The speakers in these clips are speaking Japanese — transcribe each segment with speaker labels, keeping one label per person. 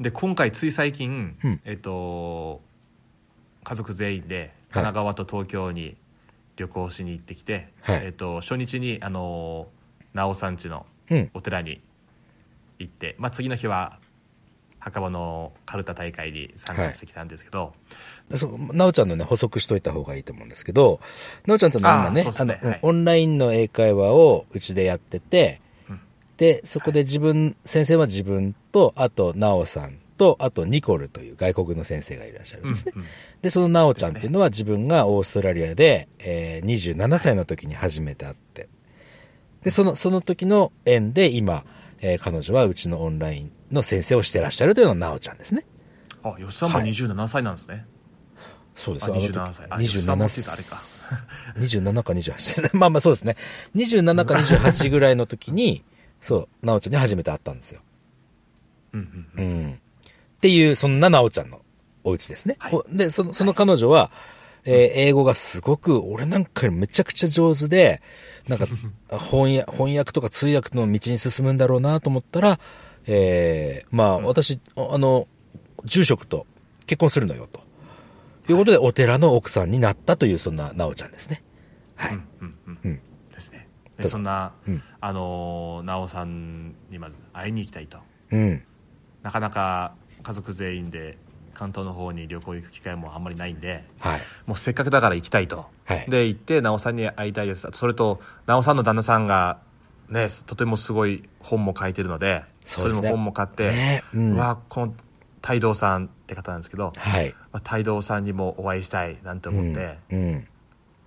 Speaker 1: で今回つい最近、
Speaker 2: うん
Speaker 1: えっと家族全員で神奈川と東京に旅行しに行ってきて、
Speaker 2: はい
Speaker 1: えっと初日にあのなおさん家の
Speaker 2: うん
Speaker 1: お寺に行って、まあ、次の日は墓場のカルタ大会に参加してきたんですけど、
Speaker 2: そう、なおちゃんのね、補足しといた方がいいと思うんですけど、なおちゃんとの今
Speaker 1: あー
Speaker 2: ね、
Speaker 1: そうっすね
Speaker 2: あの、
Speaker 1: はい
Speaker 2: オンラインの英会話をうちでやってて、
Speaker 1: うん
Speaker 2: で、そこで自分、先生は自分と、あと、なおさんと、あと、ニコルという外国の先生がいらっしゃるんですね。
Speaker 1: うんうん
Speaker 2: で、そのなおちゃんっていうのは自分がオーストラリアで、えー、27歳の時に初めて会って、で、その、その時の縁で今、えー彼女はうちのオンラインの先生をしてらっしゃるというのがなおちゃんですね。
Speaker 1: あ吉さんも
Speaker 2: はい
Speaker 1: 27歳なんですね、
Speaker 2: そうです
Speaker 1: あ27歳あ
Speaker 2: 27
Speaker 1: 23って言うとあ れか
Speaker 2: 27か28。まあま あそうですね。27か28ぐらいの時に、そう、なおちゃんに初めて会ったんですよ。
Speaker 1: うんうんうん
Speaker 2: うん。っていう、そんななおちゃんのお家ですね。
Speaker 1: はい
Speaker 2: おで、その、その彼女は、えー英語がすごく、俺なんかよりめちゃくちゃ上手で、な んか、翻訳、翻訳とか通訳の道に進むんだろうなと思ったら、えーまあ、私、ああの、住職と結婚するのよ、と。いうことで、お寺の奥さんになったという、そんななおちゃんですね。はい。
Speaker 1: うんうん
Speaker 2: う
Speaker 1: うんんですね
Speaker 2: だか
Speaker 1: で
Speaker 2: ら
Speaker 1: そんな、
Speaker 2: うん
Speaker 1: あのーなおさんにまず会いに行きたいと
Speaker 2: うん。
Speaker 1: なかなか家族全員で関東の方に旅行行く機会もあんまりないんで
Speaker 2: はい。
Speaker 1: もうせっかくだから行きたいと、
Speaker 2: はい
Speaker 1: で行ってなおさんに会いたいですあとそれとなおさんの旦那さんがねとてもすごい本も書いてるので
Speaker 2: そうですね
Speaker 1: れの本も買って、
Speaker 2: ねうん
Speaker 1: うわこの泰道さんって方なんですけど、
Speaker 2: はい。
Speaker 1: まあ、泰道さんにもお会いしたいなんて思って、
Speaker 2: うん。うん。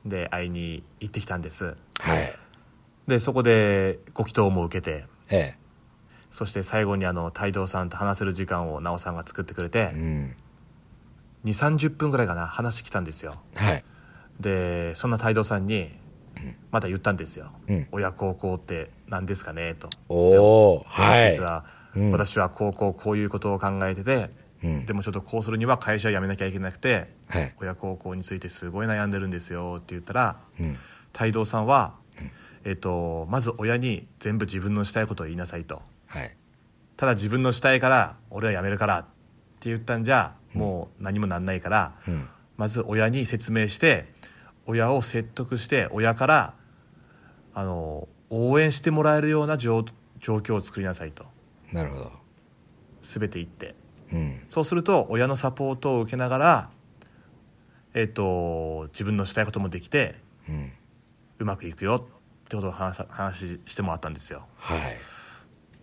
Speaker 1: で会いに行ってきたんです
Speaker 2: はい。
Speaker 1: でそこでご祈祷も受けて
Speaker 2: え
Speaker 1: そして最後にあの泰道さんと話せる時間をなおさんが作ってくれて
Speaker 2: え。うん。
Speaker 1: 2 3 0分ぐらいかな話来たんですよ
Speaker 2: はい。
Speaker 1: でそんな泰道さんにまた言ったんですよ「
Speaker 2: うん
Speaker 1: 親孝行って何ですかね?」と
Speaker 2: おー、はい。
Speaker 1: 実は、
Speaker 2: うん
Speaker 1: 私は高校こういうことを考えてて、
Speaker 2: うん
Speaker 1: でもちょっとこうするには会社を辞めなきゃいけなくて
Speaker 2: はい。
Speaker 1: 親孝行についてすごい悩んでるんですよって言ったら
Speaker 2: うん。
Speaker 1: 泰道さんは、えっと、まず親に全部自分のしたいことを言いなさいと
Speaker 2: はい。
Speaker 1: ただ自分のしたいから俺は辞めるからって言ったんじゃもう何もなんないから、
Speaker 2: うん。
Speaker 1: まず親に説明して親を説得して親からあの応援してもらえるような状状況を作りなさいと
Speaker 2: なるほど。
Speaker 1: 全て言って
Speaker 2: うん。
Speaker 1: そうすると親のサポートを受けながら、えっと自分のしたいこともできて
Speaker 2: うん。
Speaker 1: うまくいくよってことを話さ話してもらったんですよ
Speaker 2: はい。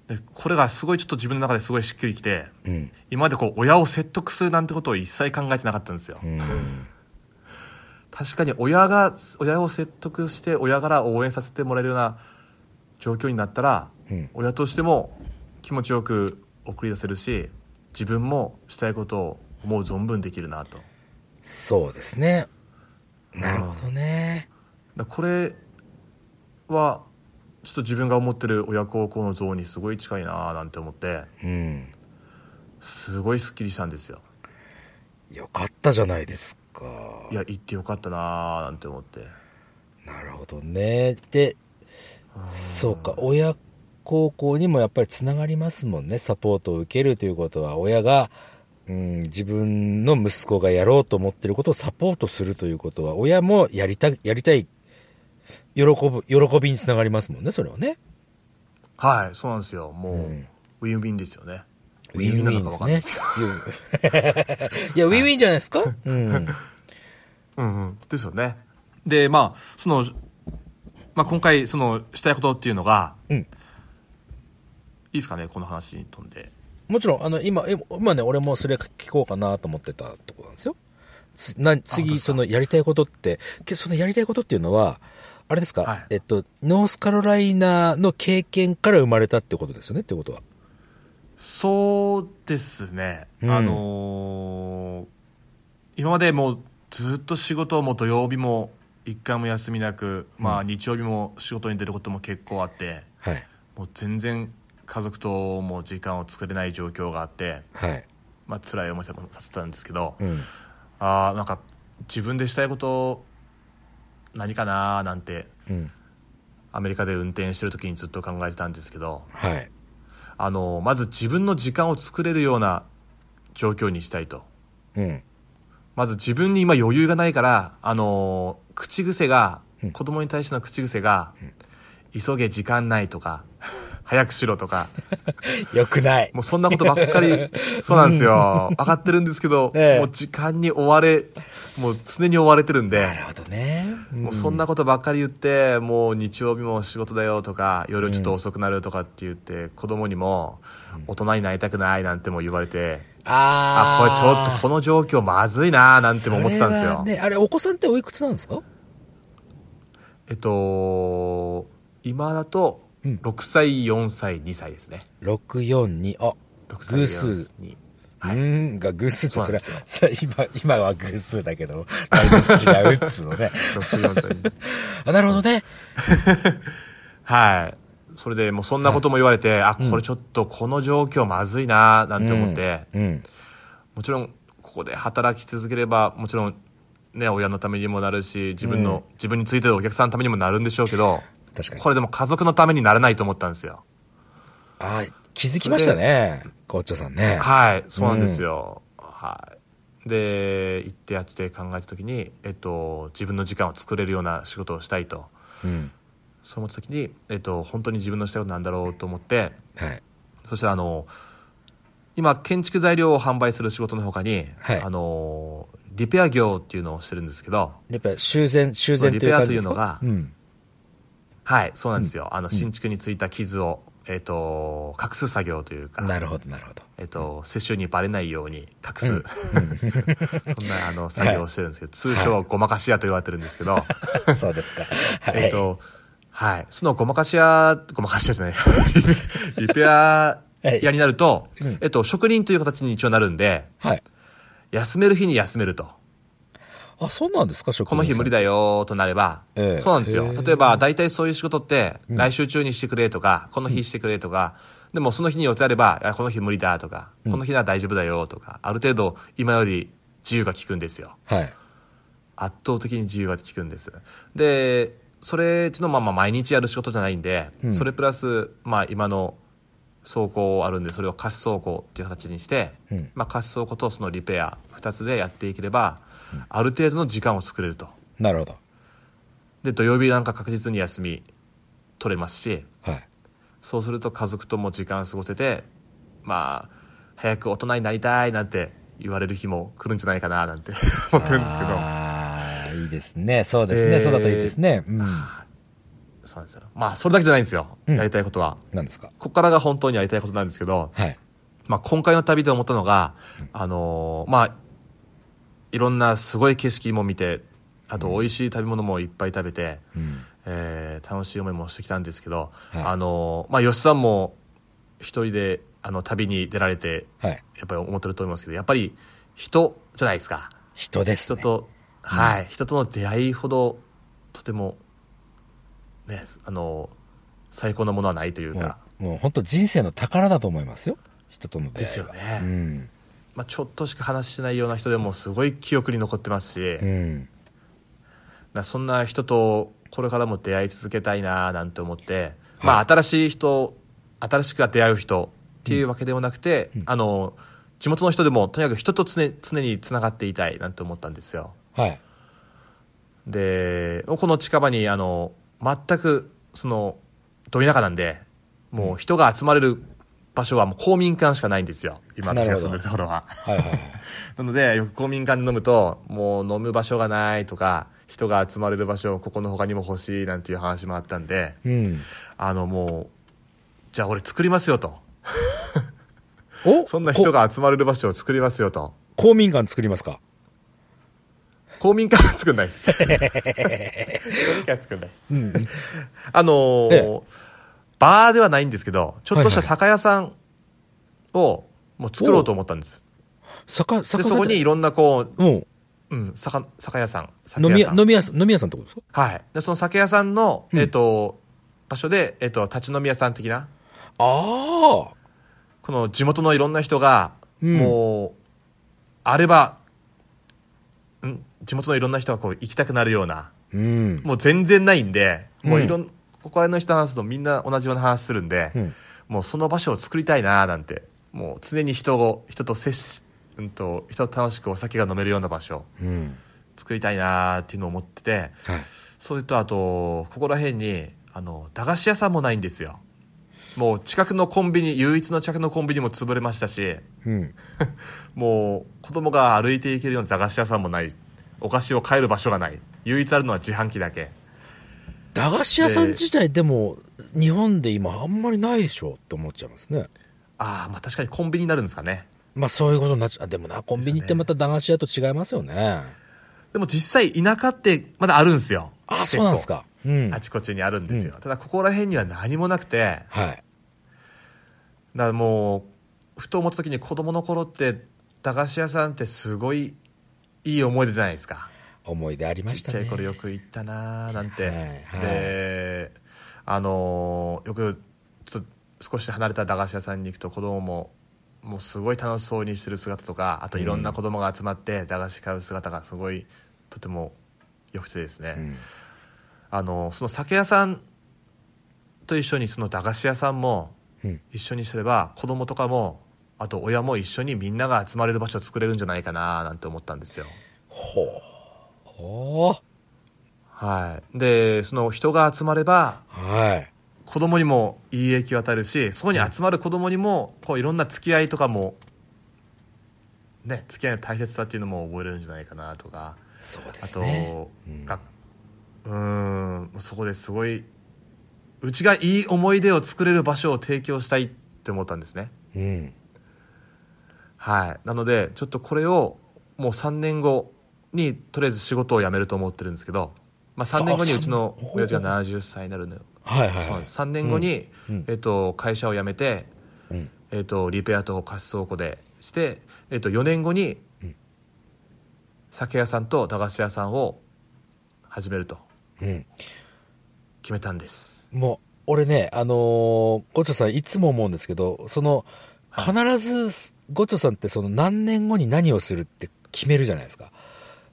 Speaker 1: でこれがすごいちょっと自分の中ですごいしっくりきて
Speaker 2: うん。
Speaker 1: 今までこう親を説得するなんてことを一切考えてなかったんですよ、
Speaker 2: うん。
Speaker 1: 確かに親が親を説得して親から応援させてもらえるような状況になったら、
Speaker 2: うん
Speaker 1: 親としても気持ちよく送り出せるし自分もしたいことを思う存分できるなと
Speaker 2: そうですね。なるほどね。
Speaker 1: だこれはちょっと自分が思ってる親孝行の像にすごい近いなぁなんて思って
Speaker 2: うん。
Speaker 1: すごいスッキリしたんですよ
Speaker 2: よかったじゃないですか
Speaker 1: い。や行ってよかったなぁなんて思って
Speaker 2: なるほどね。で、そうか、親孝行にもやっぱりつながりますもんね。サポートを受けるということは、親が、うん、自分の息子がやろうと思ってることをサポートするということは、親もやりた、やりたい、喜ぶ、喜びにつながりますもんね、それはね。
Speaker 1: はいそうなんですよもう、
Speaker 2: うん
Speaker 1: ウィンウィンですよね
Speaker 2: ウィンウィン
Speaker 1: なの
Speaker 2: で
Speaker 1: かわ
Speaker 2: す
Speaker 1: かんない
Speaker 2: ね。 いや、ウィンウィンじゃないで すかうん。
Speaker 1: うんうん、ですよね。で、まあ、その、まあ、今回、その、したいことっていうのが、
Speaker 2: うん
Speaker 1: いいですかね、この話に飛んで。
Speaker 2: もちろん、あの、今、え今ね、俺もそれ聞こうかなと思ってたとこなんですよ。つな
Speaker 1: 本当
Speaker 2: 次、
Speaker 1: ですか
Speaker 2: その、やりたいことって、けそのやりたいことっていうのは、あれですか、
Speaker 1: はい
Speaker 2: えっと、ノースカロライナの経験から生まれたってことですよねってことは。
Speaker 1: そうですね、
Speaker 2: うん
Speaker 1: あのー今までもうずっと仕事をもう土曜日も一回も休みなく、まあ、日曜日も仕事に出ることも結構あって、
Speaker 2: はい。
Speaker 1: もう全然家族とも時間を作れない状況があって、
Speaker 2: はい。
Speaker 1: まあ、辛い思いもさせたんですけど、
Speaker 2: うん。
Speaker 1: あーなんか自分でしたいこと何かなーなんて
Speaker 2: うん。
Speaker 1: アメリカで運転してる時にずっと考えてたんですけど
Speaker 2: はい。
Speaker 1: あのまず自分の時間を作れるような状況にしたいと。
Speaker 2: うん。
Speaker 1: まず自分に今余裕がないから、あのー口癖が、子供に対しての口癖が、急げ時間ないとか、 早くしろとか、
Speaker 2: よくない。
Speaker 1: もうそんなことばっかり、そうなんですよ。上がってるんですけど、
Speaker 2: ええ
Speaker 1: もう時間に追われ、もう常に追われてるんで、
Speaker 2: なるほどね。うん
Speaker 1: もうそんなことばっかり言って、もう日曜日も仕事だよとか、夜ちょっと遅くなるとかって言って、子供にも、大人になりたくないなんても言われて、あ、これち
Speaker 2: あ
Speaker 1: ょっと
Speaker 2: ー
Speaker 1: この状況まずいななんても思ってたんです
Speaker 2: それは
Speaker 1: よ。
Speaker 2: ね、あれ、お子さんっておいくつなんですか
Speaker 1: えっと、今だと、
Speaker 2: うん
Speaker 1: 6歳、4歳、2歳ですね。
Speaker 2: ?642。あ、
Speaker 1: 6歳
Speaker 2: 偶数。
Speaker 1: に。
Speaker 2: うーんが偶数ってそれは
Speaker 1: そうなんで
Speaker 2: それ今、今は偶数だけど、だいぶ違うっつうの ね。
Speaker 1: 6、4歳に。
Speaker 2: あ、なるほどね。
Speaker 1: はい。それでもうそんなことも言われて、あ、これちょっとこの状況まずいななんて思って、
Speaker 2: うん。
Speaker 1: もちろんここで働き続ければ、もちろんね、親のためにもなるし、自分の、自分についてるお客さんのためにもなるんでしょうけど、
Speaker 2: 確かに。
Speaker 1: これでも家族のためにならないと思ったんですよ。
Speaker 2: あ気づきましたね。校長さんね。
Speaker 1: はい、そうなんですよ。はい。で、行ってあっちで考えたときに、えっと、自分の時間を作れるような仕事をしたいと。
Speaker 2: うん。
Speaker 1: そう思ったときに、えっと、本当に自分のしたいことなんだろうと思って、
Speaker 2: はい。
Speaker 1: そしたらあの、今、建築材料を販売する仕事のほかに、
Speaker 2: はい
Speaker 1: あの、リペア業っていうのをしてるんですけど、
Speaker 2: やっぱ修繕、修繕という感じですか
Speaker 1: リ
Speaker 2: うん。
Speaker 1: はい、そうなんですよ。あの、新築についた傷を、えっと、隠す作業というか、
Speaker 2: なるほど、なるほど。
Speaker 1: えっと、世襲にバレないように隠す、 そんなあの作業をしてるんですけど、通称ごまかし屋と言われてるんですけど、
Speaker 2: そうですか。はい。
Speaker 1: えっと、はい、そのごまかし屋、ごまかし屋じゃ ない、リペア屋になると、えっと、職人という形に一応なるんで、
Speaker 2: はい。
Speaker 1: 休める日に休めると。
Speaker 2: あ、そうなんですか、職
Speaker 1: この日無理だよとなれば、
Speaker 2: ええ
Speaker 1: そうなんです
Speaker 2: へ
Speaker 1: よ。
Speaker 2: え
Speaker 1: 例えば、大体そういう仕事って、来週中にしてくれとか、この日してくれとか、でもその日に予定あれば、あこの日無理だとか、この日なら大丈夫だよとか、ある程度今より自由が利くんですよ。
Speaker 2: はい。
Speaker 1: 圧倒的に自由が利くんです。で、それっていうのはまあまあ毎日やる仕事じゃないんで、それプラス、まあ今の走行あるんで、それを貸し走行っていう形にして、
Speaker 2: うん
Speaker 1: まあ貸し走行とそのリペア2つでやっていければ、ある程度の時間を作れると。
Speaker 2: なるほど。
Speaker 1: で土曜日なんか確実に休み取れますし
Speaker 2: はい。
Speaker 1: そうすると家族とも時間過ごせてまあ早く大人になりたいなんて言われる日も来るんじゃないかななんて 思ってるんですけど
Speaker 2: ああ、いいですね。そうですね。
Speaker 1: えー
Speaker 2: そうだといいですね。うん。
Speaker 1: そうなんですよまあそれだけじゃないんですよ、やりたいことは
Speaker 2: なんですか
Speaker 1: ここからが本当にやりたいことなんですけど、
Speaker 2: はい。
Speaker 1: まあ、今回の旅で思ったのが、あのーまあいろんなすごい景色も見てあと美味しい食べ物もいっぱい食べて、
Speaker 2: うん。
Speaker 1: えー楽しい思いもしてきたんですけど、
Speaker 2: はい
Speaker 1: あのまあ吉さんも一人であの旅に出られて
Speaker 2: はい。
Speaker 1: やっぱり思ってると思いますけどやっぱり人じゃないですか
Speaker 2: 人です
Speaker 1: 人
Speaker 2: ね。
Speaker 1: と、はい人との出会いほどとてもねあの最高なものはないという
Speaker 2: も
Speaker 1: か、
Speaker 2: う、もう本当人生の宝だと思いますよ。人との出会いは。
Speaker 1: ですよね
Speaker 2: うん。
Speaker 1: まあ、ちょっとしか話してないような人でもすごい記憶に残ってますし、
Speaker 2: うん。
Speaker 1: なそんな人とこれからも出会い続けたいななんて思って、まあ新しい人新しく出会う人っていうわけでもなくて、あの地元の人でもとにかく人と常常につながっていたいなんて思ったんですよ
Speaker 2: はい。
Speaker 1: でこの近場にあの全くそのど田舎なんでもう人が集まれる場所はもう公民館しかないんですよ今私が住んでるところは。
Speaker 2: はいは いはい。
Speaker 1: なので、よく公民館で飲むと、もう飲む場所がないとか、人が集まれる場所、ここの他にも欲しいなんていう話もあったんで、
Speaker 2: うん。
Speaker 1: あのもう、じゃあ俺作りますよと。
Speaker 2: お
Speaker 1: そんな人
Speaker 2: こ
Speaker 1: が集まれる場所を作りますよと。
Speaker 2: 公民館作りますか
Speaker 1: 公民館は作んないです。公民館は作んないです。
Speaker 2: うん。
Speaker 1: あのーバーではないんですけど、ちょっとした酒屋さんをもう作ろうと思ったんです。
Speaker 2: 坂、坂
Speaker 1: で、そこにいろんなこう、
Speaker 2: も
Speaker 1: うん、酒酒屋さん、
Speaker 2: う、
Speaker 1: 酒
Speaker 2: 飲
Speaker 1: 屋
Speaker 2: み
Speaker 1: さ
Speaker 2: 屋、
Speaker 1: ん。
Speaker 2: 飲み屋さん、飲み屋さんってことですか
Speaker 1: はい。で、その酒屋さんの、えっ、と、場所で、えっ、と、立ち飲み屋さん的な、
Speaker 2: ああ
Speaker 1: この地元のいろんな人が、
Speaker 2: うん
Speaker 1: もう、あれば、ん地元のいろんな人がこう行きたくなるような、
Speaker 2: うん。
Speaker 1: もう全然ないんで、もう
Speaker 2: うん
Speaker 1: いろん、ここら辺の人話すとみんな同じような話するんで、
Speaker 2: うん
Speaker 1: もうその場所を作りたいなーなんて、もう常に人を、人と接し、うんと、人と楽しくお酒が飲めるような場所を
Speaker 2: うん。
Speaker 1: 作りたいなっていうのを思ってて、
Speaker 2: はい。
Speaker 1: それとあと、ここら辺に、あの、駄菓子屋さんもないんですよ。もう近くのコンビニ、唯一の近くのコンビニも潰れましたし、
Speaker 2: うん。
Speaker 1: もう子供が歩いていけるような駄菓子屋さんもない。お菓子を買える場所がない。唯一あるのは自販機だけ。
Speaker 2: 駄菓子屋さん自体でも、日本で今あんまりないでしょって思っちゃいますね。
Speaker 1: ああ、まあ確かにコンビニになるんですかね。
Speaker 2: まあそういうことになっちゃう。あでもな、コンビニってまた駄菓子屋と違いますよね。
Speaker 1: でも実際田舎ってまだあるんですよ。
Speaker 2: あ、
Speaker 1: 結
Speaker 2: そう
Speaker 1: 構
Speaker 2: なんです。か。うん。は
Speaker 1: あ
Speaker 2: い。
Speaker 1: ちこちにあるんですよ。ただここら辺には何もなくて、だか
Speaker 2: はい。
Speaker 1: らもう、ふと思った時に子供の頃って駄菓子屋さんってすごいいい思い出じゃないですか。
Speaker 2: 思い出ありま
Speaker 1: ち
Speaker 2: し
Speaker 1: ったちゃ
Speaker 2: ね。
Speaker 1: い頃よく行ったなーなんて、
Speaker 2: はいはい
Speaker 1: であのーよくちょっと少し離れた駄菓子屋さんに行くと子供ももうすごい楽しそうにしてる姿とかあといろんな子供が集まって駄菓子買う姿がすごいとても良くてですね、
Speaker 2: うん。
Speaker 1: あのーその酒屋さんと一緒にその駄菓子屋さんも
Speaker 2: うん。
Speaker 1: 一緒にすれば子供とかもあと親も一緒にみんなが集まれる場所を作れるんじゃないかなーなんて思ったんですよ。
Speaker 2: ほう。ほう。
Speaker 1: はい、でその人が集まれば
Speaker 2: はい。
Speaker 1: 子供にもいい影響を与えるしそこに集まる子供にもこういろんな付き合いとかもね付き合いの大切さっていうのも覚えれるんじゃないかなとか
Speaker 2: そうで
Speaker 1: あ
Speaker 2: す
Speaker 1: と、
Speaker 2: ね。うん
Speaker 1: がうーんそこですごいうちがいい思い出を作れる場所を提供したいって思ったんですね
Speaker 2: うん。
Speaker 1: はいなのでちょっとこれをもう3年後にとりあえず仕事を辞めると思ってるんですけど、まあ、3年後にうちの親父が70歳になるのよ
Speaker 2: はいはい
Speaker 1: そうなん
Speaker 2: はい
Speaker 1: で。す3年後に、
Speaker 2: うん
Speaker 1: えっと会社を辞めて、
Speaker 2: うん
Speaker 1: えっとリペアと貸し倉庫でして、えっと4年後に、
Speaker 2: うん
Speaker 1: 酒屋さんと駄菓子屋さんを始めると
Speaker 2: うん。
Speaker 1: 決めたんです
Speaker 2: もう、俺ね、あのーごちょさんいつも思うんですけど、その、必ず、ごちょさんってその何年後に何をするって決めるじゃないですか。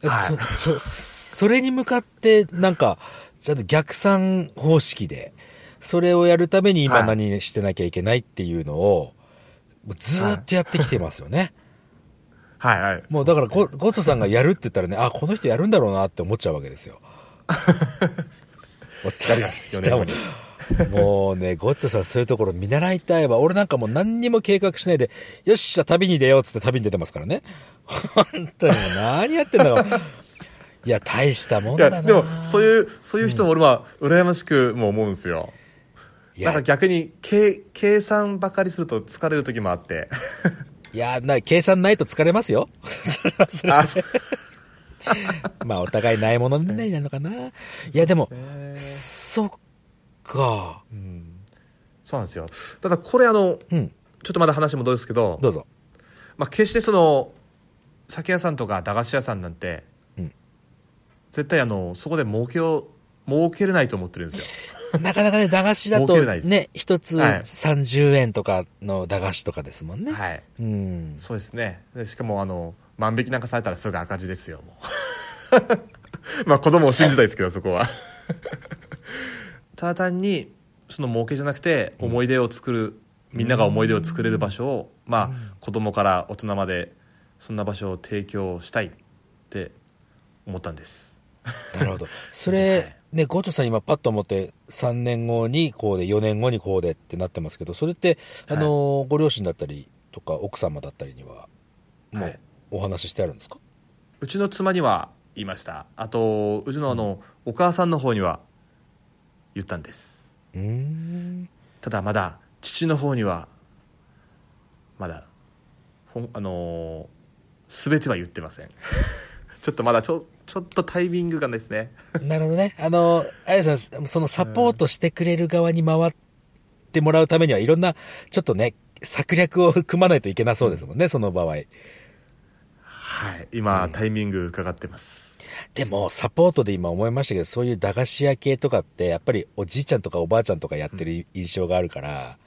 Speaker 1: はい
Speaker 2: そ、そ、それに向かって、なんか、ちゃんと逆算方式で、それをやるために今
Speaker 1: はい
Speaker 2: 何してなきゃいけないっていうのを、もうずーっとやってきてますよね。
Speaker 1: はいはい
Speaker 2: もうだからご、ごちょさんがやるって言ったらね、あ、この人やるんだろうなって思っちゃうわけ ですよ。お疲れ
Speaker 1: 4
Speaker 2: した
Speaker 1: 年
Speaker 2: も
Speaker 1: 後
Speaker 2: ん
Speaker 1: に
Speaker 2: もうね、ゴッツさんそういうところ見習いたいわ。俺なんかもう何にも計画しないで、よっしゃ、旅に出ようっつって旅に出てますからね。 本当にもう何やってんだか。いや、大したもん
Speaker 1: い
Speaker 2: だな。
Speaker 1: やでもそういうそういう人も俺は羨ましくも思うんですよ、
Speaker 2: い
Speaker 1: なん
Speaker 2: や
Speaker 1: か逆に計計算ばかりすると疲れる時もあって
Speaker 2: いやな、計算ないと疲れますよ。 それはそれ
Speaker 1: あそう
Speaker 2: まあ、お互いないものになるのかな。いや、でも、
Speaker 1: ですね
Speaker 2: そっか。
Speaker 1: うんそうなんですよただこれあの
Speaker 2: うん、
Speaker 1: ちょっとまだ話戻るんですけど
Speaker 2: どうぞ。
Speaker 1: まあ、決してその酒屋さんとか駄菓子屋さんなんて、
Speaker 2: うん
Speaker 1: 絶対あのそこで儲けを儲けれないと思ってるんですよ
Speaker 2: なかなかね、駄菓子だ
Speaker 1: 儲けれ
Speaker 2: と
Speaker 1: ないです
Speaker 2: ね、一つ
Speaker 1: はい
Speaker 2: 30円とかの駄菓子とかですもんね。
Speaker 1: はい
Speaker 2: うん。
Speaker 1: そうですねでしかもあの万引きなんかされたらすぐ赤字ですよもう まあ子供を信じたいですけどそこはただ単にその儲けじゃなくて思い出を作る、みんなが思い出を作れる場所を、まあ子供から大人までそんな場所を提供したいって思ったんです
Speaker 2: なるほ ど。そ
Speaker 1: はい
Speaker 2: れ、ね、ゴトさん今パッと思って3年後にこうで、4年後にこうでってなってますけど、それって、あ
Speaker 1: はい
Speaker 2: の、ご両親だったりとか奥様だったりには、も
Speaker 1: は
Speaker 2: う
Speaker 1: い
Speaker 2: お話ししてあるんですか
Speaker 1: うちの妻には言いましたあとうちのあの、お母さんの方には言ったんです
Speaker 2: うーん。
Speaker 1: ただまだ父の方にはまだほんあのー全ては言ってません ちょっとまだちょちょっとタイミングがですね
Speaker 2: なるほどね。あの、あやさん、そのサポートしてくれる側に回ってもらうためには、いろんな、ちょっとね、策略を組まないといけなそうですもんね、その場合。
Speaker 1: はい今、タイミング伺ってます
Speaker 2: でも、サポートで今思いましたけど、そういう駄菓子屋系とかって、やっぱりおじいちゃんとかおばあちゃんとかやってる印象があるから、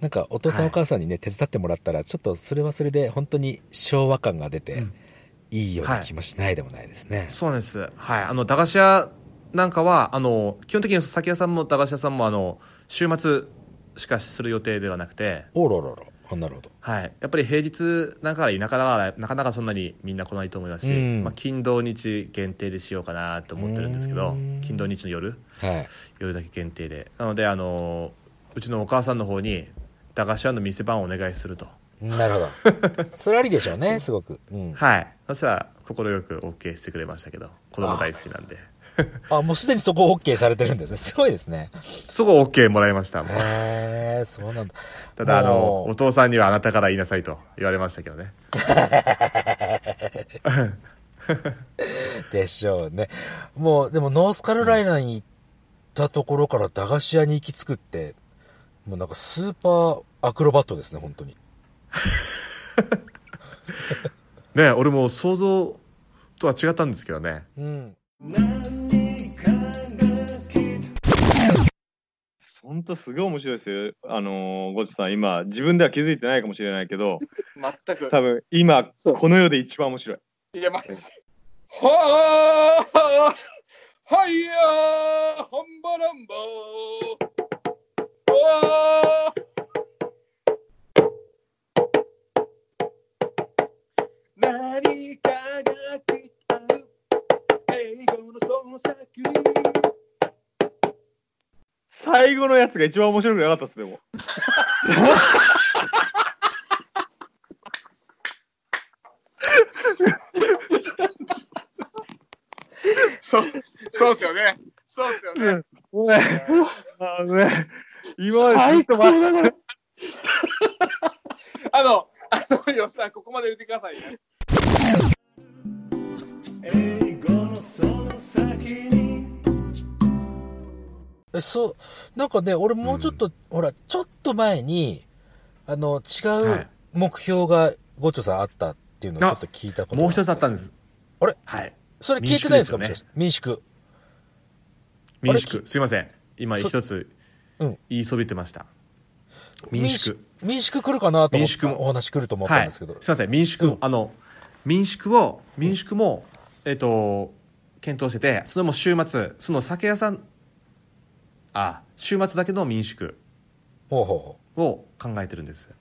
Speaker 2: なんかお父さん
Speaker 1: はい
Speaker 2: お母さんにね、手伝ってもらったら、ちょっとそれはそれで本当に昭和感が出て、
Speaker 1: うん
Speaker 2: いいような気もしないでもないですね。
Speaker 1: そうなんですはいあの駄菓子屋なんかはあの基本的に酒屋さんも駄菓子屋さんもあの週末しかする予定ではなくて
Speaker 2: おろろろ。なるほど。
Speaker 1: はい、やっぱり平日だから田舎だからなかなかそんなにみんな来ないと思いますし、
Speaker 2: うん
Speaker 1: まあ、金土日限定でしようかなと思ってるんですけど
Speaker 2: うん
Speaker 1: 金土日の夜
Speaker 2: はい。
Speaker 1: 夜だけ限定でなのであのーうちのお母さんの方に駄菓子屋の店番をお願いすると
Speaker 2: なるほど。 それありでしょうね、すごく。うん。
Speaker 1: はいそしたら快く OK してくれましたけど子供大好きなんで
Speaker 2: あ、もうすでにそこ OK されてるんですね。すごいですね。
Speaker 1: そこ OK もらいましたもう
Speaker 2: へえ、そうなんだ。
Speaker 1: ただあの
Speaker 2: も
Speaker 1: お
Speaker 2: う
Speaker 1: 父さんにはあなたから言いなさいと言われましたけどね
Speaker 2: でしょうね。もう、でもノースカロライナに行ったところから駄菓子屋に行き着くって、もうなんかスーパーアクロバットですね、本当に。
Speaker 1: ね俺も想像とは違ったんですけどね
Speaker 2: うん。
Speaker 3: 本当すごい面白いですよ。あのー、ゴチさん、今、自分では気づいてないかもしれないけ ど、
Speaker 4: 全く。
Speaker 3: 多分今、
Speaker 4: そう
Speaker 3: この世で一番面白い。
Speaker 4: いや、マジで。はあはいやーハンバランバーわー何かが来た英語のその先
Speaker 3: 最後のやつが一番面白くなかったっす、でも。
Speaker 4: そう、そうですよね。そうですよね。
Speaker 3: おい、 あのね、今までずっと待って
Speaker 4: あの、あの、よさん、ここまで入れてくださいね。
Speaker 2: え、そう、なんかね、俺もうちょっと、ほら、ちょっと前に、あ
Speaker 1: は
Speaker 2: の、違う
Speaker 1: い
Speaker 2: 目標が、ごちょさんあったっていうのをちょ
Speaker 1: あ
Speaker 2: っと聞いたことが
Speaker 1: もう
Speaker 2: て
Speaker 1: 一つあったんです
Speaker 2: あれ
Speaker 1: はい
Speaker 2: それ聞いてないですか
Speaker 1: 民宿ですよ
Speaker 2: 民宿。
Speaker 1: 民宿すいません今
Speaker 2: そ
Speaker 1: 一つ
Speaker 2: うん
Speaker 1: 言いそびってました民宿
Speaker 2: 民宿来るかなと
Speaker 1: 民
Speaker 2: 思っ
Speaker 1: 宿
Speaker 2: た
Speaker 1: も
Speaker 2: お話来ると思っ
Speaker 1: は
Speaker 2: たん
Speaker 1: い
Speaker 2: で
Speaker 1: す
Speaker 2: すけ
Speaker 1: い
Speaker 2: ど。
Speaker 1: ません民宿、あの民宿を民宿もえっ、と検討しててそれも週末その酒屋さんあ週末だけの民宿
Speaker 2: ほうほうほ
Speaker 1: を考えてるんですね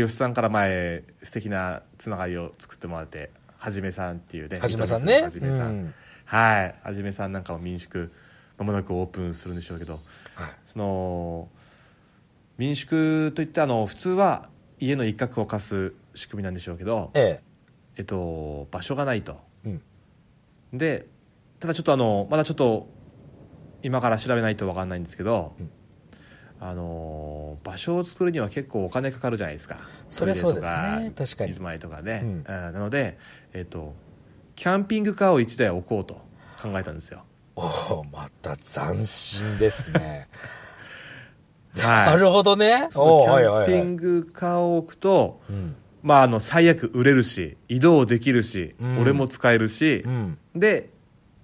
Speaker 1: 吉さんから前素敵なつながりを作ってもらってはじめさんっていうね
Speaker 2: う。はじめさん
Speaker 1: 伊
Speaker 2: ね。
Speaker 1: 藤水のはじめさん、
Speaker 2: うん
Speaker 1: はいはじめさんなんかも民宿まもなくオープンするんでしょうけど
Speaker 2: はい
Speaker 1: その民宿といってあの普通は家の一角を貸す仕組みなんでしょうけど、
Speaker 2: え
Speaker 1: えっと、場所がないと、
Speaker 2: うん
Speaker 1: でただちょっとあのまだちょっと今から調べないと分かんないんですけど、
Speaker 2: うん
Speaker 1: あの場所を作るには結構お金かかるじゃないですか
Speaker 2: そりゃそうですね
Speaker 1: トイレと
Speaker 2: 確かに
Speaker 1: 水前とかね、
Speaker 2: うん
Speaker 1: うんなので、えっと、キャンピングカーを1台置こうと考えたんです よ
Speaker 2: え。おおまた斬新ですね。
Speaker 1: はい
Speaker 2: なるほどね。
Speaker 1: そ
Speaker 2: お
Speaker 1: の
Speaker 2: おはい
Speaker 1: キャン
Speaker 2: はいは
Speaker 1: ピ
Speaker 2: い。
Speaker 1: ングカーを置くと、
Speaker 2: うん。
Speaker 1: まあ、あの最悪売れるし移動できるし、
Speaker 2: うん
Speaker 1: 俺も使えるし、
Speaker 2: うん。
Speaker 1: で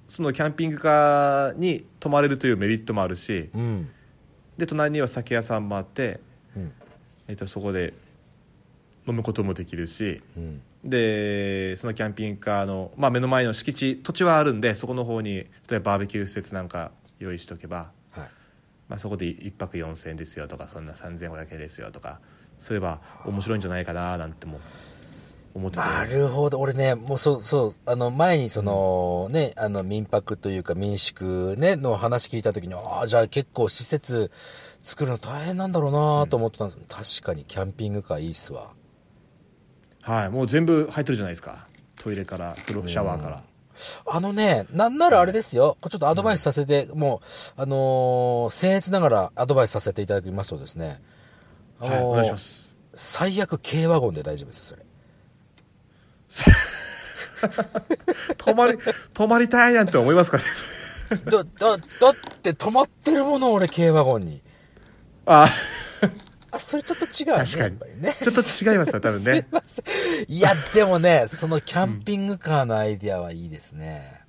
Speaker 1: そのキャンピングカーに泊まれるというメリットもあるし
Speaker 2: うん。
Speaker 1: で隣には酒屋さんもあって、
Speaker 2: うん
Speaker 1: えっとそこで飲むこともできるし
Speaker 2: うん。
Speaker 1: でそのキャンピングカーの、まあ、目の前の敷地土地はあるんでそこの方に例えばバーベキュー施設なんか用意しとけば、
Speaker 2: はい。
Speaker 1: まあ、そこで1泊4000円ですよとかそんな3500円ですよとかそういえば面白いんじゃないかななんても思ってて
Speaker 2: なるほど。俺ね、もうそう、そう、あの、前にその、ね、あの、民泊というか民宿ね、の話聞いたときに、ああ、じゃあ結構施設作るの大変なんだろうなと思ってたんです、確かにキャンピングカーいいっすわ。
Speaker 1: はい、もう全部入ってるじゃないですかトイレから風呂シャワーから。
Speaker 2: あのね、なんならあれですよ。ちょっとアドバイスさせて、もう、あのー、僭越ながらアドバイスさせていただきますとですね。あの
Speaker 1: はい、
Speaker 2: ー
Speaker 1: お願いしま。す。
Speaker 2: 最悪軽ワゴンで大丈夫です、それ。
Speaker 1: 泊まり、 泊まりたいなんて思いますかね
Speaker 2: だ、だ、だって止まってるもの、俺、軽ワゴンに。
Speaker 1: あ
Speaker 2: あ、それちょっと違う、ね。
Speaker 1: 確かに
Speaker 2: やっぱりね。
Speaker 1: ちょっと違いますよ、多分
Speaker 2: すい
Speaker 1: ね。
Speaker 2: ません。 いや、でもね、そのキャンピングカーのアイディアはいいですね。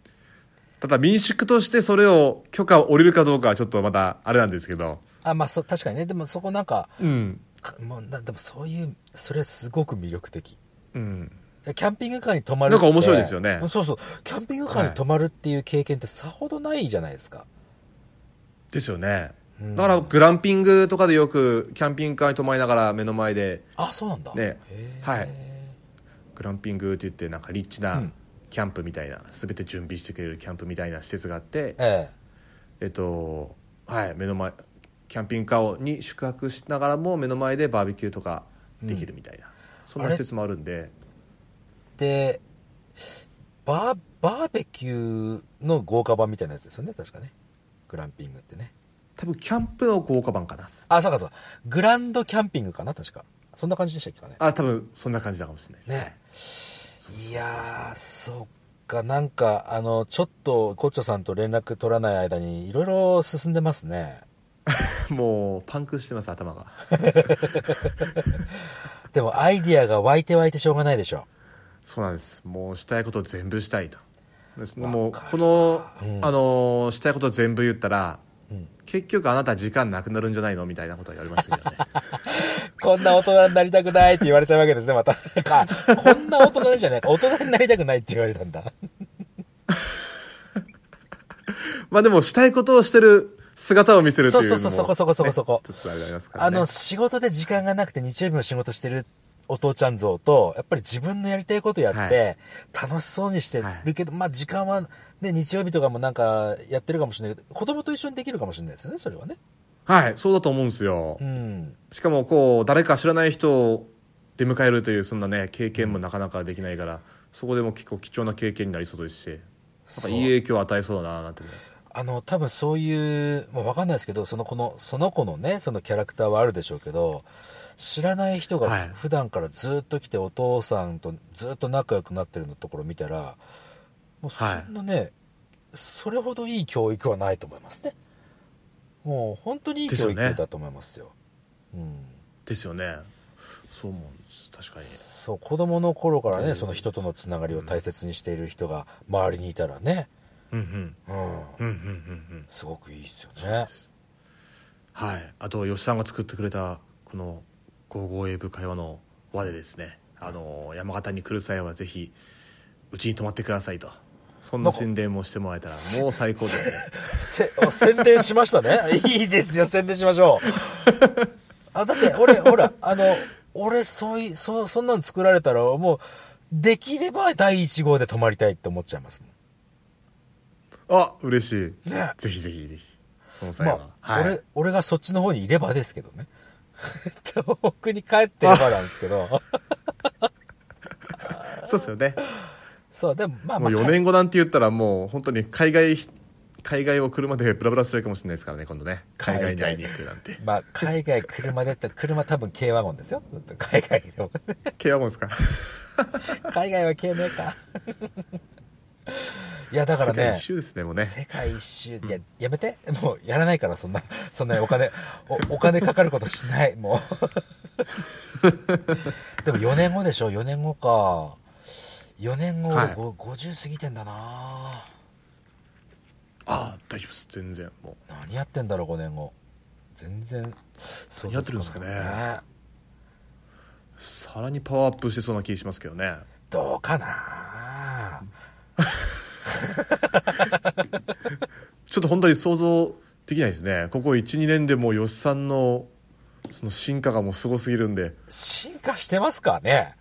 Speaker 1: ただ民宿としてそれを許可を下りるかどうかはちょっとまたあれなんですけど。
Speaker 2: あ、まあ、そう、確かにね。でもそこなんか、
Speaker 1: うん。
Speaker 2: かもうな、でもそういう、それはすごく魅力的。
Speaker 1: うん。
Speaker 2: キャンピングカーに泊まる
Speaker 1: なんか面白いですよね
Speaker 2: そうそう。キャンピングカーに泊まるっていう経験ってさほどないじゃないですか。
Speaker 1: ですよね。
Speaker 2: う
Speaker 1: だからグランピングとかでよくキャンピングカーに泊まりながら目の前で
Speaker 2: あ、そうなんだ。
Speaker 1: ね
Speaker 2: へー
Speaker 1: はいグランピングって言ってなんかリッチ
Speaker 2: う
Speaker 1: なんキャンプみたいな、全て準備してくれるキャンプみたいな施設があって
Speaker 2: え
Speaker 1: えっとはい目の前キャンピングカーに宿泊しながらも目の前でバーベキューとかできるみたいな、そんな施設もあるんで
Speaker 2: え。で、バー、バーベキューの豪華版みたいなやつですよね、確かね。グランピングってね。
Speaker 1: 多分キャンプの豪華版かな
Speaker 2: あ、そうかそうか。グランドキャンピングかな、確か。そんな感じでしたっけか
Speaker 1: あ多分そんな感じだかもしれないです
Speaker 2: ね。ね。いやー、そっか、なんか、あの、ちょっと、コッチョさんと連絡取らない間に、いろいろ進んでますね。
Speaker 1: もうパンクしてます頭が
Speaker 2: でも、アイディアが湧いて湧いてしょうがないでしょ。
Speaker 1: そうなんですもうしたいこと全部したいとです
Speaker 2: わかる
Speaker 1: もうこの、
Speaker 2: うん
Speaker 1: あのーしたいこと全部言ったら、
Speaker 2: うん
Speaker 1: 結局あなた時間なくなるんじゃないのみたいなことは言われましたけどね
Speaker 2: こんな大人になりたくないって言われちゃうわけですね、また。か、こんな大人じゃない。大人になりたくないって言われたんだ。
Speaker 1: まあでもしたいことをしてる姿を見せるっていうのも、ね、
Speaker 2: そうそうそうそこそこそこそこ
Speaker 1: ねちょっとあれがありますから、
Speaker 2: あ
Speaker 1: ね、
Speaker 2: の、仕事で時間がなくて日曜日の仕事してるお父ちゃん像と、やっぱり自分のやりたいことやって、楽しそうにしてるけど、まあ時間はね、日曜日とかもなんかやってるかもしれないけど、子供と一緒にできるかもしれないですよね、それはね。
Speaker 1: はいそうだと思うんですよ、
Speaker 2: うん。
Speaker 1: しかもこう誰か知らない人を出迎えるというそんなね経験もなかなかできないから、そこでも結構貴重な経験になりそうですしなんかいい影響を与えそうだななんてね
Speaker 2: あの、多分そういう、まあ、わかんないですけど、その子の、その子のね、そのキャラクターはあるでしょうけど、知らない人が
Speaker 1: はい
Speaker 2: 普段からずっと来てお父さんとずっと仲良くなってるのところ見たら、もうそ
Speaker 1: はい
Speaker 2: んなね、それほどいい教育はないと思いますね。もう本当にいい
Speaker 1: ですよ
Speaker 2: 教
Speaker 1: ね
Speaker 2: 育だと思いますよ。うん。
Speaker 1: ですよねそう思うんです確かに
Speaker 2: そう、子供の頃から
Speaker 1: う
Speaker 2: ね、
Speaker 1: ん
Speaker 2: その人とのつながりを大切にしている人が周りにいたらね、
Speaker 1: うんうん
Speaker 2: うん、
Speaker 1: うんうんうんうん
Speaker 2: すごくいいですよね。
Speaker 1: はいあと吉さんが作ってくれたこの「ゴーゴー英語会話」の輪でですねあの山形に来る際はぜひうちに泊まってくださいとそんな宣伝もしてもらえたらもう最 高ですね
Speaker 2: せ あ宣伝しましたねいいですよ宣伝しましょうあだって俺ほらあの俺そういそそんなの作られたらもうできれば第1号で泊まりたいって思っちゃいますもん
Speaker 1: あ嬉しい、
Speaker 2: ね
Speaker 1: ぜひぜひぜひその際は、
Speaker 2: まあ、
Speaker 1: はい
Speaker 2: 俺俺がそっちの方にいればですけどね遠くに帰ってればなんです けど
Speaker 1: そうですよね
Speaker 2: そうでもまあ
Speaker 1: も
Speaker 2: ま
Speaker 1: う
Speaker 2: あ
Speaker 1: 4
Speaker 2: か
Speaker 1: 年後なんて言ったらもう本当に海外海外を車でブラブラするかもしれないですからね今度ね海外に会いに行くなんて
Speaker 2: まあ、海外車でやったら車多分軽ワゴンですよ海外で も
Speaker 1: 軽ワゴンですか
Speaker 2: 海外は軽ねえかいやだか
Speaker 1: 世
Speaker 2: らね
Speaker 1: 界一周ですねもうね
Speaker 2: 世界一周いややめてもうやらないからそんなそんなお金 おお金かかることしないも うでも4年後でしょ4年後か4年後
Speaker 1: はい
Speaker 2: 俺ご50過ぎてんだな
Speaker 1: ああ大丈夫です全然も
Speaker 2: 何やってんだろう5年後全然想
Speaker 1: 何や
Speaker 2: 像つかない
Speaker 1: ってるんですかうさらにパワーアップしてそうな気しますけどね
Speaker 2: どうかな
Speaker 1: ちょっと本当に想像できないですねここ12年でもうよしさんのその進化がもうすごすぎるんで
Speaker 2: 進化してますかね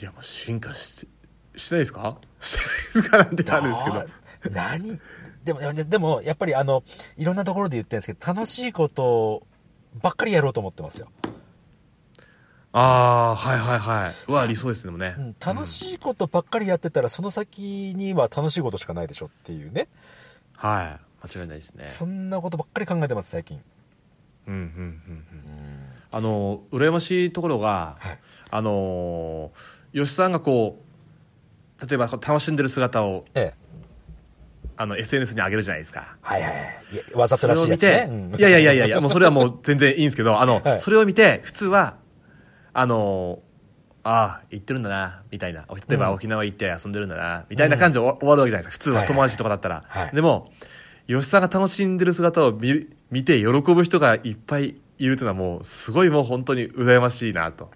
Speaker 1: いやもう進化してしてないですかしてないですかなんてあるんですけど
Speaker 2: どう何でも、ででも、やっぱりあの、いろんなところで言ってるんですけど、楽しいことばっかりやろうと思ってますよ。
Speaker 1: ああはいはいはいうわ理想ですねでもね、
Speaker 2: うん、楽しいことばっかりやってたら、その先には楽しいことしかないでしょっていうね。
Speaker 1: はい間違いないですね
Speaker 2: そんなことばっかり考えてます、最近。
Speaker 1: うんうんうんうんあの羨ましいところが、
Speaker 2: はい
Speaker 1: あの吉さんがこう例えばこう楽しんでる姿を
Speaker 2: ええ。
Speaker 1: あの SNS に上げるじゃないですか
Speaker 2: はいはいはいいや。わざと
Speaker 1: それ
Speaker 2: らし
Speaker 1: を
Speaker 2: いや
Speaker 1: 見
Speaker 2: つ
Speaker 1: て
Speaker 2: ね。うん、
Speaker 1: いやいやいやいやいやもうそれはもう全然いいんですけどあの、
Speaker 2: はい
Speaker 1: それを見て普通はあのああ行ってるんだなみたいな例えば沖縄行って遊んでるんだなみたいな感じで終わるわけじゃないですか普通は
Speaker 2: はいはい
Speaker 1: 友達とかだったら、
Speaker 2: はい
Speaker 1: でも吉さんが楽しんでる姿を見見て喜ぶ人がいっぱいいるというのはもうすごいもう本当に羨ましいなと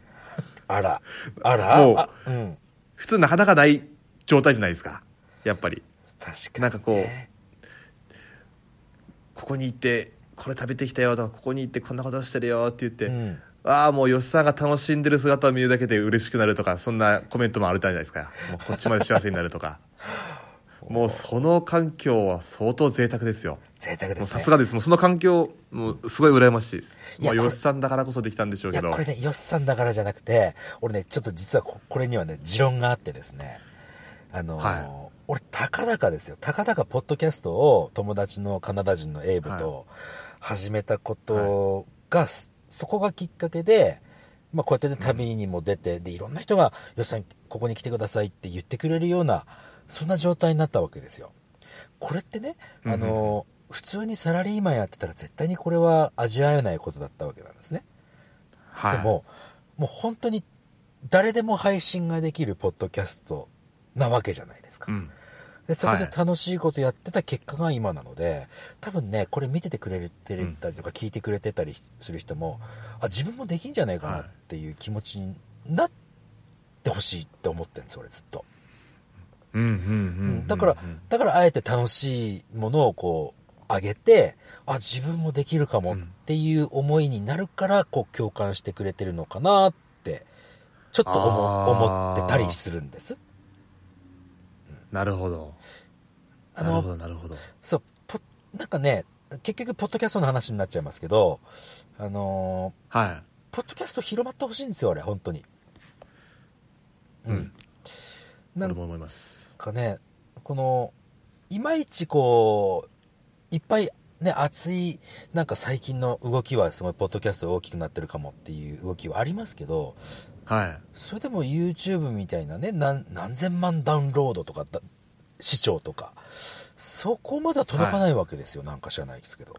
Speaker 2: あら、あら、
Speaker 1: もう
Speaker 2: あうん。
Speaker 1: 普通なかなかない状態じゃないですかやっぱり
Speaker 2: 確かに、ね。
Speaker 1: なんかこうここに行ってこれ食べてきたよとかここに行ってこんなことしてるよって言って、
Speaker 2: うん
Speaker 1: ああもう吉さんが楽しんでる姿を見るだけで嬉しくなるとかそんなコメントもあるじゃないですかもうこっちまで幸せになると かもうその環境は相当贅沢ですよ
Speaker 2: 贅沢で
Speaker 1: もう
Speaker 2: す
Speaker 1: さ
Speaker 2: ね
Speaker 1: す。がですもうその環境もうすごい羨ましいです
Speaker 2: いや
Speaker 1: もう
Speaker 2: これ
Speaker 1: 吉さんだからこそできたんでしょう
Speaker 2: い
Speaker 1: け
Speaker 2: や、
Speaker 1: ど
Speaker 2: これね、ヨシさんだからじゃなくて、俺ね、ちょっと実はここれにはね、持論があってですね、あのー
Speaker 1: は
Speaker 2: 俺、たかだかですよ。たかだか、ポッドキャストを友達のカナダ人のエイブと始めたことが、すそこがきっかけで、まあ、こうやってね旅にも出て、で、いろんな人が、ヨシさん、ここに来てくださいって言ってくれるような、そんな状態になったわけですよ。これってね、あのー普通にサラリーマンやってたら絶対にこれは味わえないことだったわけなんですね。
Speaker 1: はい
Speaker 2: でも、もう本当に誰でも配信ができるポッドキャストなわけじゃないですか。
Speaker 1: うん
Speaker 2: でそこで
Speaker 1: はい
Speaker 2: 楽しいことやってた結果が今なので、多分ね、これ見ててくれてたりとか聞いてくれてたりする人も、あ、自分もできんじゃないかなっていう気持ちになってほしいって思ってるんです、俺ずっと。
Speaker 1: うんうんうん
Speaker 2: うんだから
Speaker 1: うん
Speaker 2: だからあえて楽しいものをこう上げてあ自分もできるかもっていう思いになるからこう共感してくれてるのかなってちょっと
Speaker 1: あー
Speaker 2: 思思ってたりするんです。
Speaker 1: なるほど
Speaker 2: あ
Speaker 1: なるほ
Speaker 2: の
Speaker 1: どなるほど
Speaker 2: そうポなんかね結局ポッドキャストの話になっちゃいますけどあの
Speaker 1: は
Speaker 2: ーポッドキャスト広まってほしいんですよあれ本当に。
Speaker 1: いうん
Speaker 2: な
Speaker 1: 俺
Speaker 2: ん
Speaker 1: も思います
Speaker 2: かね、この、いまいちこう、いっぱいね、熱い、なんか最近の動きはすごい、ポッドキャスト大きくなってるかもっていう動きはありますけど、
Speaker 1: はい
Speaker 2: それでも YouTube みたいなね、何何千万ダウンロードとかだ、視聴とか、そこまでは届かないわけですよ、なんか知らないですけど。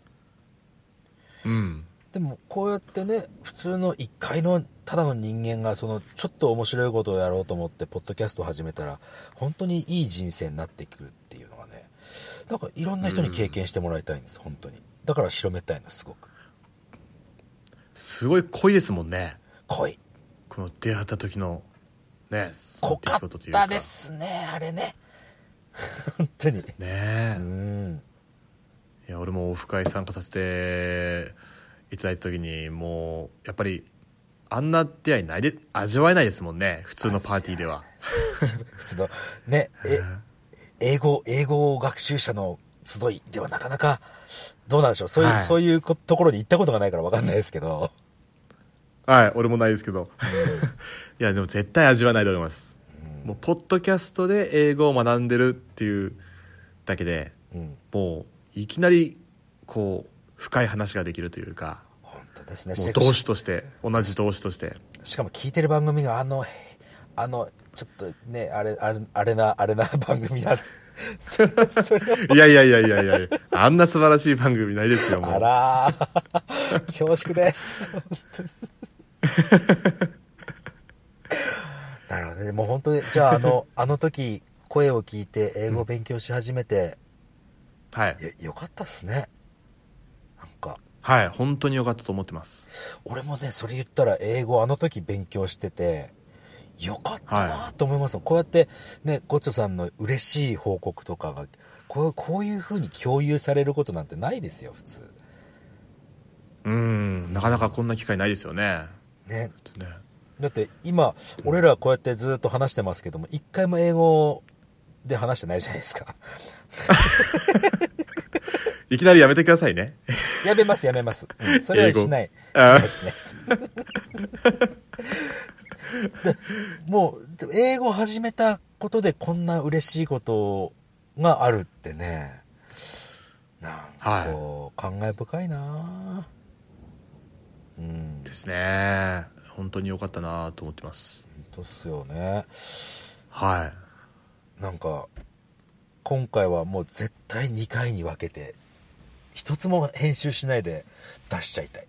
Speaker 1: うん
Speaker 2: でもこうやってね普通の一回のただの人間がそのちょっと面白いことをやろうと思ってポッドキャストを始めたら本当にいい人生になってくるっていうのがねなんかいろんな人に経験してもらいたいんです、本当にだから広めたいのすごく
Speaker 1: すごい濃いですもんね
Speaker 2: 濃い
Speaker 1: この出会った時のねその
Speaker 2: 濃か
Speaker 1: 出来事とい
Speaker 2: っ
Speaker 1: うか
Speaker 2: たですねあれね本当に
Speaker 1: ね
Speaker 2: う
Speaker 1: え
Speaker 2: ん
Speaker 1: いや俺もオフ会参加させていただいた時にもうやっぱりあんな出会いないで味わえないですもんね普通のパーティーでは
Speaker 2: 普通のねえ英語、英語学習者の集いではなかなか、どうなんでしょう。そういう、
Speaker 1: はい
Speaker 2: そういうこところに行ったことがないからわかんないですけど。
Speaker 1: はい俺もないですけど いやでも絶対味わえないと思いますもうポッドキャストで英語を学んでるっていうだけで
Speaker 2: うん。
Speaker 1: もういきなりこう深い話ができるというか
Speaker 2: 本当ですね。
Speaker 1: もう
Speaker 2: し
Speaker 1: 同志として同じ同志として
Speaker 2: しかも聞いてる番組があの、へあの、ちょっとね、あれ、あれ、あれな、あれな 番組だ。それ、それを
Speaker 1: いやいやいやいやいやいやあんな素晴らしい番組ないですよもう
Speaker 2: あらー恐縮です。本当になるほどね。もう本当に、じゃああの、あの時、声を聞いて英語を勉強し始めて、
Speaker 1: はい
Speaker 2: いや、よかったっすね。なんか、
Speaker 1: はい本当に良かったと思ってます
Speaker 2: 俺もね、それ言ったら英語あの時勉強してて、よかったなと思いますもんこうやってね、ゴッチョさんの嬉しい報告とかが、こうこういう風に共有されることなんてないですよ、普通。
Speaker 1: うんなかなかこんな機会ないですよね
Speaker 2: ね。
Speaker 1: ね
Speaker 2: だって今、俺らこうやってずっと話してますけども、一回も英語で話してないじゃないですか。
Speaker 1: いきなりやめてくださいね
Speaker 2: やめます、やめます。うんそれは
Speaker 1: 英語
Speaker 2: しない。し
Speaker 1: あ
Speaker 2: ない、しない、しない。 でもう、で英語を始めたことでこんな嬉しいことがあるってね、なんかこう、感慨深いなぁうん、
Speaker 1: ですね本当に良かったなと思ってます
Speaker 2: 本当っすよね。
Speaker 1: は
Speaker 2: なんか、今回はもう絶対2回に分けて、一つも編集しないで出しちゃいたい。
Speaker 1: い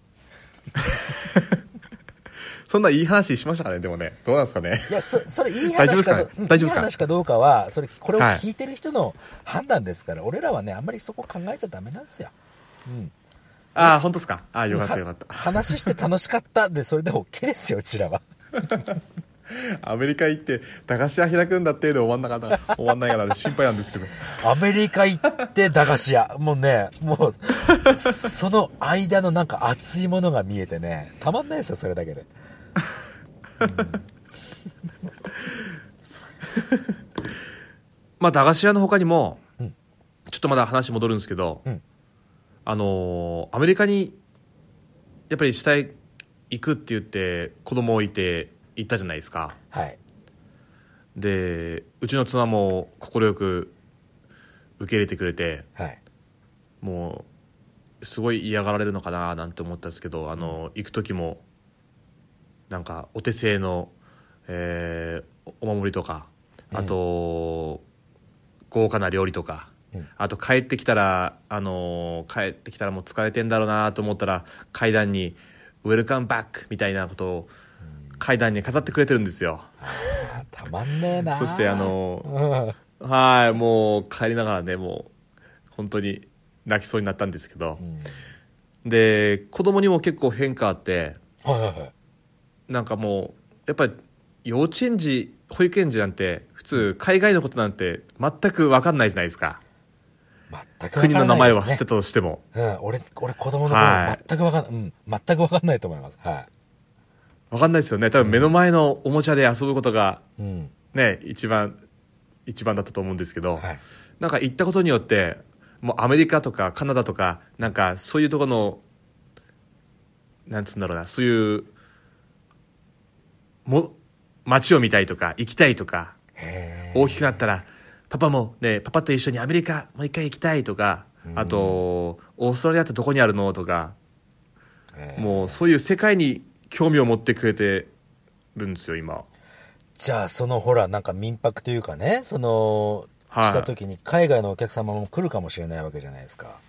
Speaker 1: そんないい話しましたかねでもねどうなんですかね
Speaker 2: い や、そ、それいい
Speaker 1: 大丈夫です
Speaker 2: 話
Speaker 1: か
Speaker 2: か
Speaker 1: ね
Speaker 2: どうん
Speaker 1: 大丈夫ですか
Speaker 2: いい話かどうかは、それ、これを
Speaker 1: はい
Speaker 2: 聞いてる人の判断ですから、俺らはね、あんまりそこ考えちゃダメなんですよ。うん。
Speaker 1: ああ本当ですかああよかったよかった
Speaker 2: は話して楽しかったで、それで OK ですよ、うちらは。
Speaker 1: アメリカ行って駄菓子屋開くんだってで終わんなかった終わんないから心配なんですけど
Speaker 2: アメリカ行って駄菓子屋。もうね、もう、その間のなんか熱いものが見えてね、たまんないですよ、それだけで。
Speaker 1: まあ駄菓子屋の他にも、
Speaker 2: うん
Speaker 1: ちょっとまだ話戻るんですけど、
Speaker 2: うん
Speaker 1: あのーアメリカにやっぱり下へ行くって言って子供をいて行ったじゃないですか
Speaker 2: はい。
Speaker 1: でうちの妻も快く受け入れてくれて
Speaker 2: はい。
Speaker 1: もうすごい嫌がられるのかななんて思ったんですけどあの行く時もなんかお手製の、えーおお守りとかあと、豪華な料理とか、
Speaker 2: うん
Speaker 1: あと帰ってきたらあのー帰ってきたらもう疲れてんだろうなと思ったら階段に「ウェルカムバック」みたいなことを階段に飾ってくれてるんですよ
Speaker 2: あたまんねえな
Speaker 1: そしてあ、のー
Speaker 2: うん。
Speaker 1: はいもう帰りながらねもう本当に泣きそうになったんですけど、
Speaker 2: うん
Speaker 1: で子供にも結構変化あって
Speaker 2: はいはいはい。
Speaker 1: なんかもうやっぱり幼稚園児保育園児なんて普通海外のことなんて全く分かんないじゃないですか
Speaker 2: 全くわからないです、ね。
Speaker 1: 国の名前は知ってたとしても
Speaker 2: うん、俺、俺子供の
Speaker 1: は
Speaker 2: 頃
Speaker 1: い
Speaker 2: 全くわかんない、うん、全くわかんないと思います。は
Speaker 1: 分かんないですよね多分目の前のおもちゃで遊ぶことが
Speaker 2: い。うん。
Speaker 1: ね一番一番だったと思うんですけど、
Speaker 2: はい。
Speaker 1: なんか行ったことによってもうアメリカとかカナダとかなんかそういうところのなんつうんだろうなそういうも街を見たいとか行きたいとか
Speaker 2: へえ。
Speaker 1: 大きくなったらパパもねパパと一緒にアメリカもう一回行きたいとかあとオーストラリアってどこにあるのとか
Speaker 2: えー
Speaker 1: もうそういう世界に興味を持ってくれてるんですよ今
Speaker 2: じゃあ、そのほら、なんか民泊というかね、その、
Speaker 1: はい
Speaker 2: した時に海外のお客様も来るかもしれないわけじゃないですか。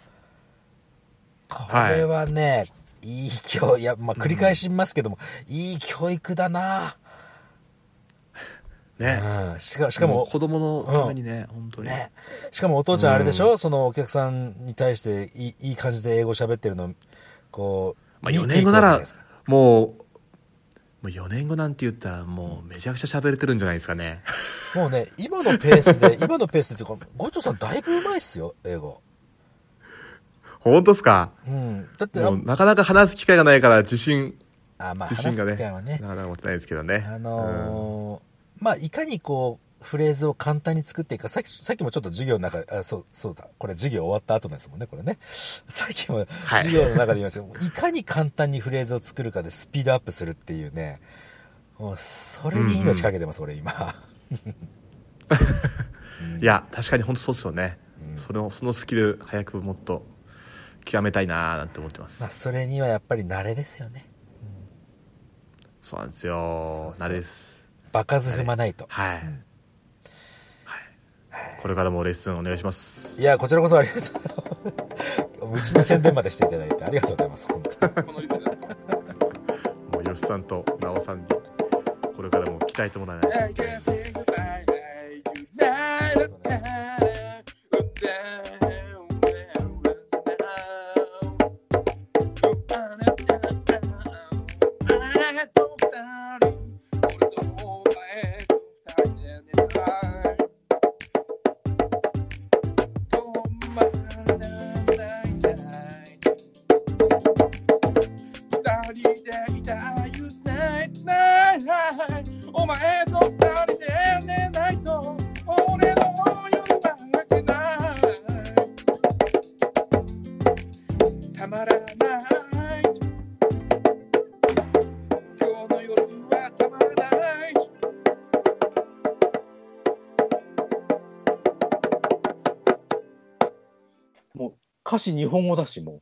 Speaker 2: これはね、い、い教育、いや、まあ、繰り返しますけども、いい教育だな
Speaker 1: ね
Speaker 2: うん。しかし
Speaker 1: しか
Speaker 2: か
Speaker 1: も
Speaker 2: も、
Speaker 1: 子供のためにね本当に
Speaker 2: ね。しかもお父ちゃんあれでしょ、そのお客さんに対していいいい感じで英語喋ってるの、こう、
Speaker 1: まあ、
Speaker 2: 見て
Speaker 1: 4年後ない
Speaker 2: くわ
Speaker 1: ら
Speaker 2: けじゃいですか、
Speaker 1: もう、もう4年後なんて言ったら、もうめちゃくちゃ喋れてるんじゃないですかね。
Speaker 2: もうね、今のペースで、 今のペースでっていうか、ゴチョさんだいぶうまいっすよ、英語。
Speaker 1: 本当ですか
Speaker 2: うん。だって、
Speaker 1: もうなかなか話す機会がないから、自信、
Speaker 2: あ、まあ、
Speaker 1: 自
Speaker 2: 話
Speaker 1: 信
Speaker 2: す
Speaker 1: が
Speaker 2: 機
Speaker 1: ね、
Speaker 2: 会はね
Speaker 1: な。かなか持ってないですけどね。
Speaker 2: あのーまあ、いかにこう、フレーズを簡単に作っていくか、さっき、さっきもちょっと授業の中で、あ、そう、そうだ。これ授業終わった後ですもんね、これね。さっきも
Speaker 1: い
Speaker 2: 授業の中で言いましたけど、い、かに簡単にフレーズを作るかでスピードアップするっていうね。もう、それに命かけてます、俺今。
Speaker 1: うんいや、確かに本当そうですよね。
Speaker 2: うん
Speaker 1: それをそのスキル、早くもっと極めたいなーなんて思ってま
Speaker 2: まあ、
Speaker 1: す。
Speaker 2: それにはやっぱり慣れですよね。
Speaker 1: そうなんです
Speaker 2: そ
Speaker 1: よ
Speaker 2: う。そ
Speaker 1: 慣
Speaker 2: う
Speaker 1: れです。
Speaker 2: 場数踏まないと。
Speaker 1: はい。はい。これからもレッスンお願いします
Speaker 2: い。や、こちらこそありがとう。う ちの宣伝までしていただいてありがとうございます、本当に。
Speaker 4: このリスナー
Speaker 1: もう、よしさんとなおさんに、これからも期待ともらわない。
Speaker 4: I can't think about it. You light up that down there now. You burn it down. I don't doubt it. Oh, no, I don't doubt it. Oh, my, my, my, my. 二人でいたいゆないないお前と二人で寝ないと俺の夜はなくないたまらない今日の夜はたまらない
Speaker 5: 歌詞日本語だし、もう。